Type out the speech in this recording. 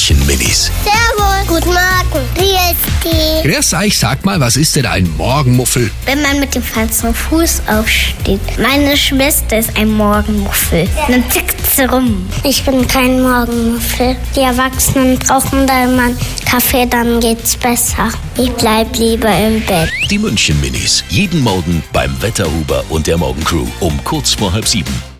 München-Minis. Servus. Guten Morgen. Grüß dich. Grüß euch, sag mal, was ist denn ein Morgenmuffel? Wenn man mit dem falschen Fuß aufsteht. Meine Schwester ist ein Morgenmuffel. Dann tickt sie rum. Ich bin kein Morgenmuffel. Die Erwachsenen brauchen da immer einen Kaffee, dann geht's besser. Ich bleib lieber im Bett. Die München-Minis. Jeden Morgen beim Wetterhuber und der Morgencrew um kurz vor halb sieben.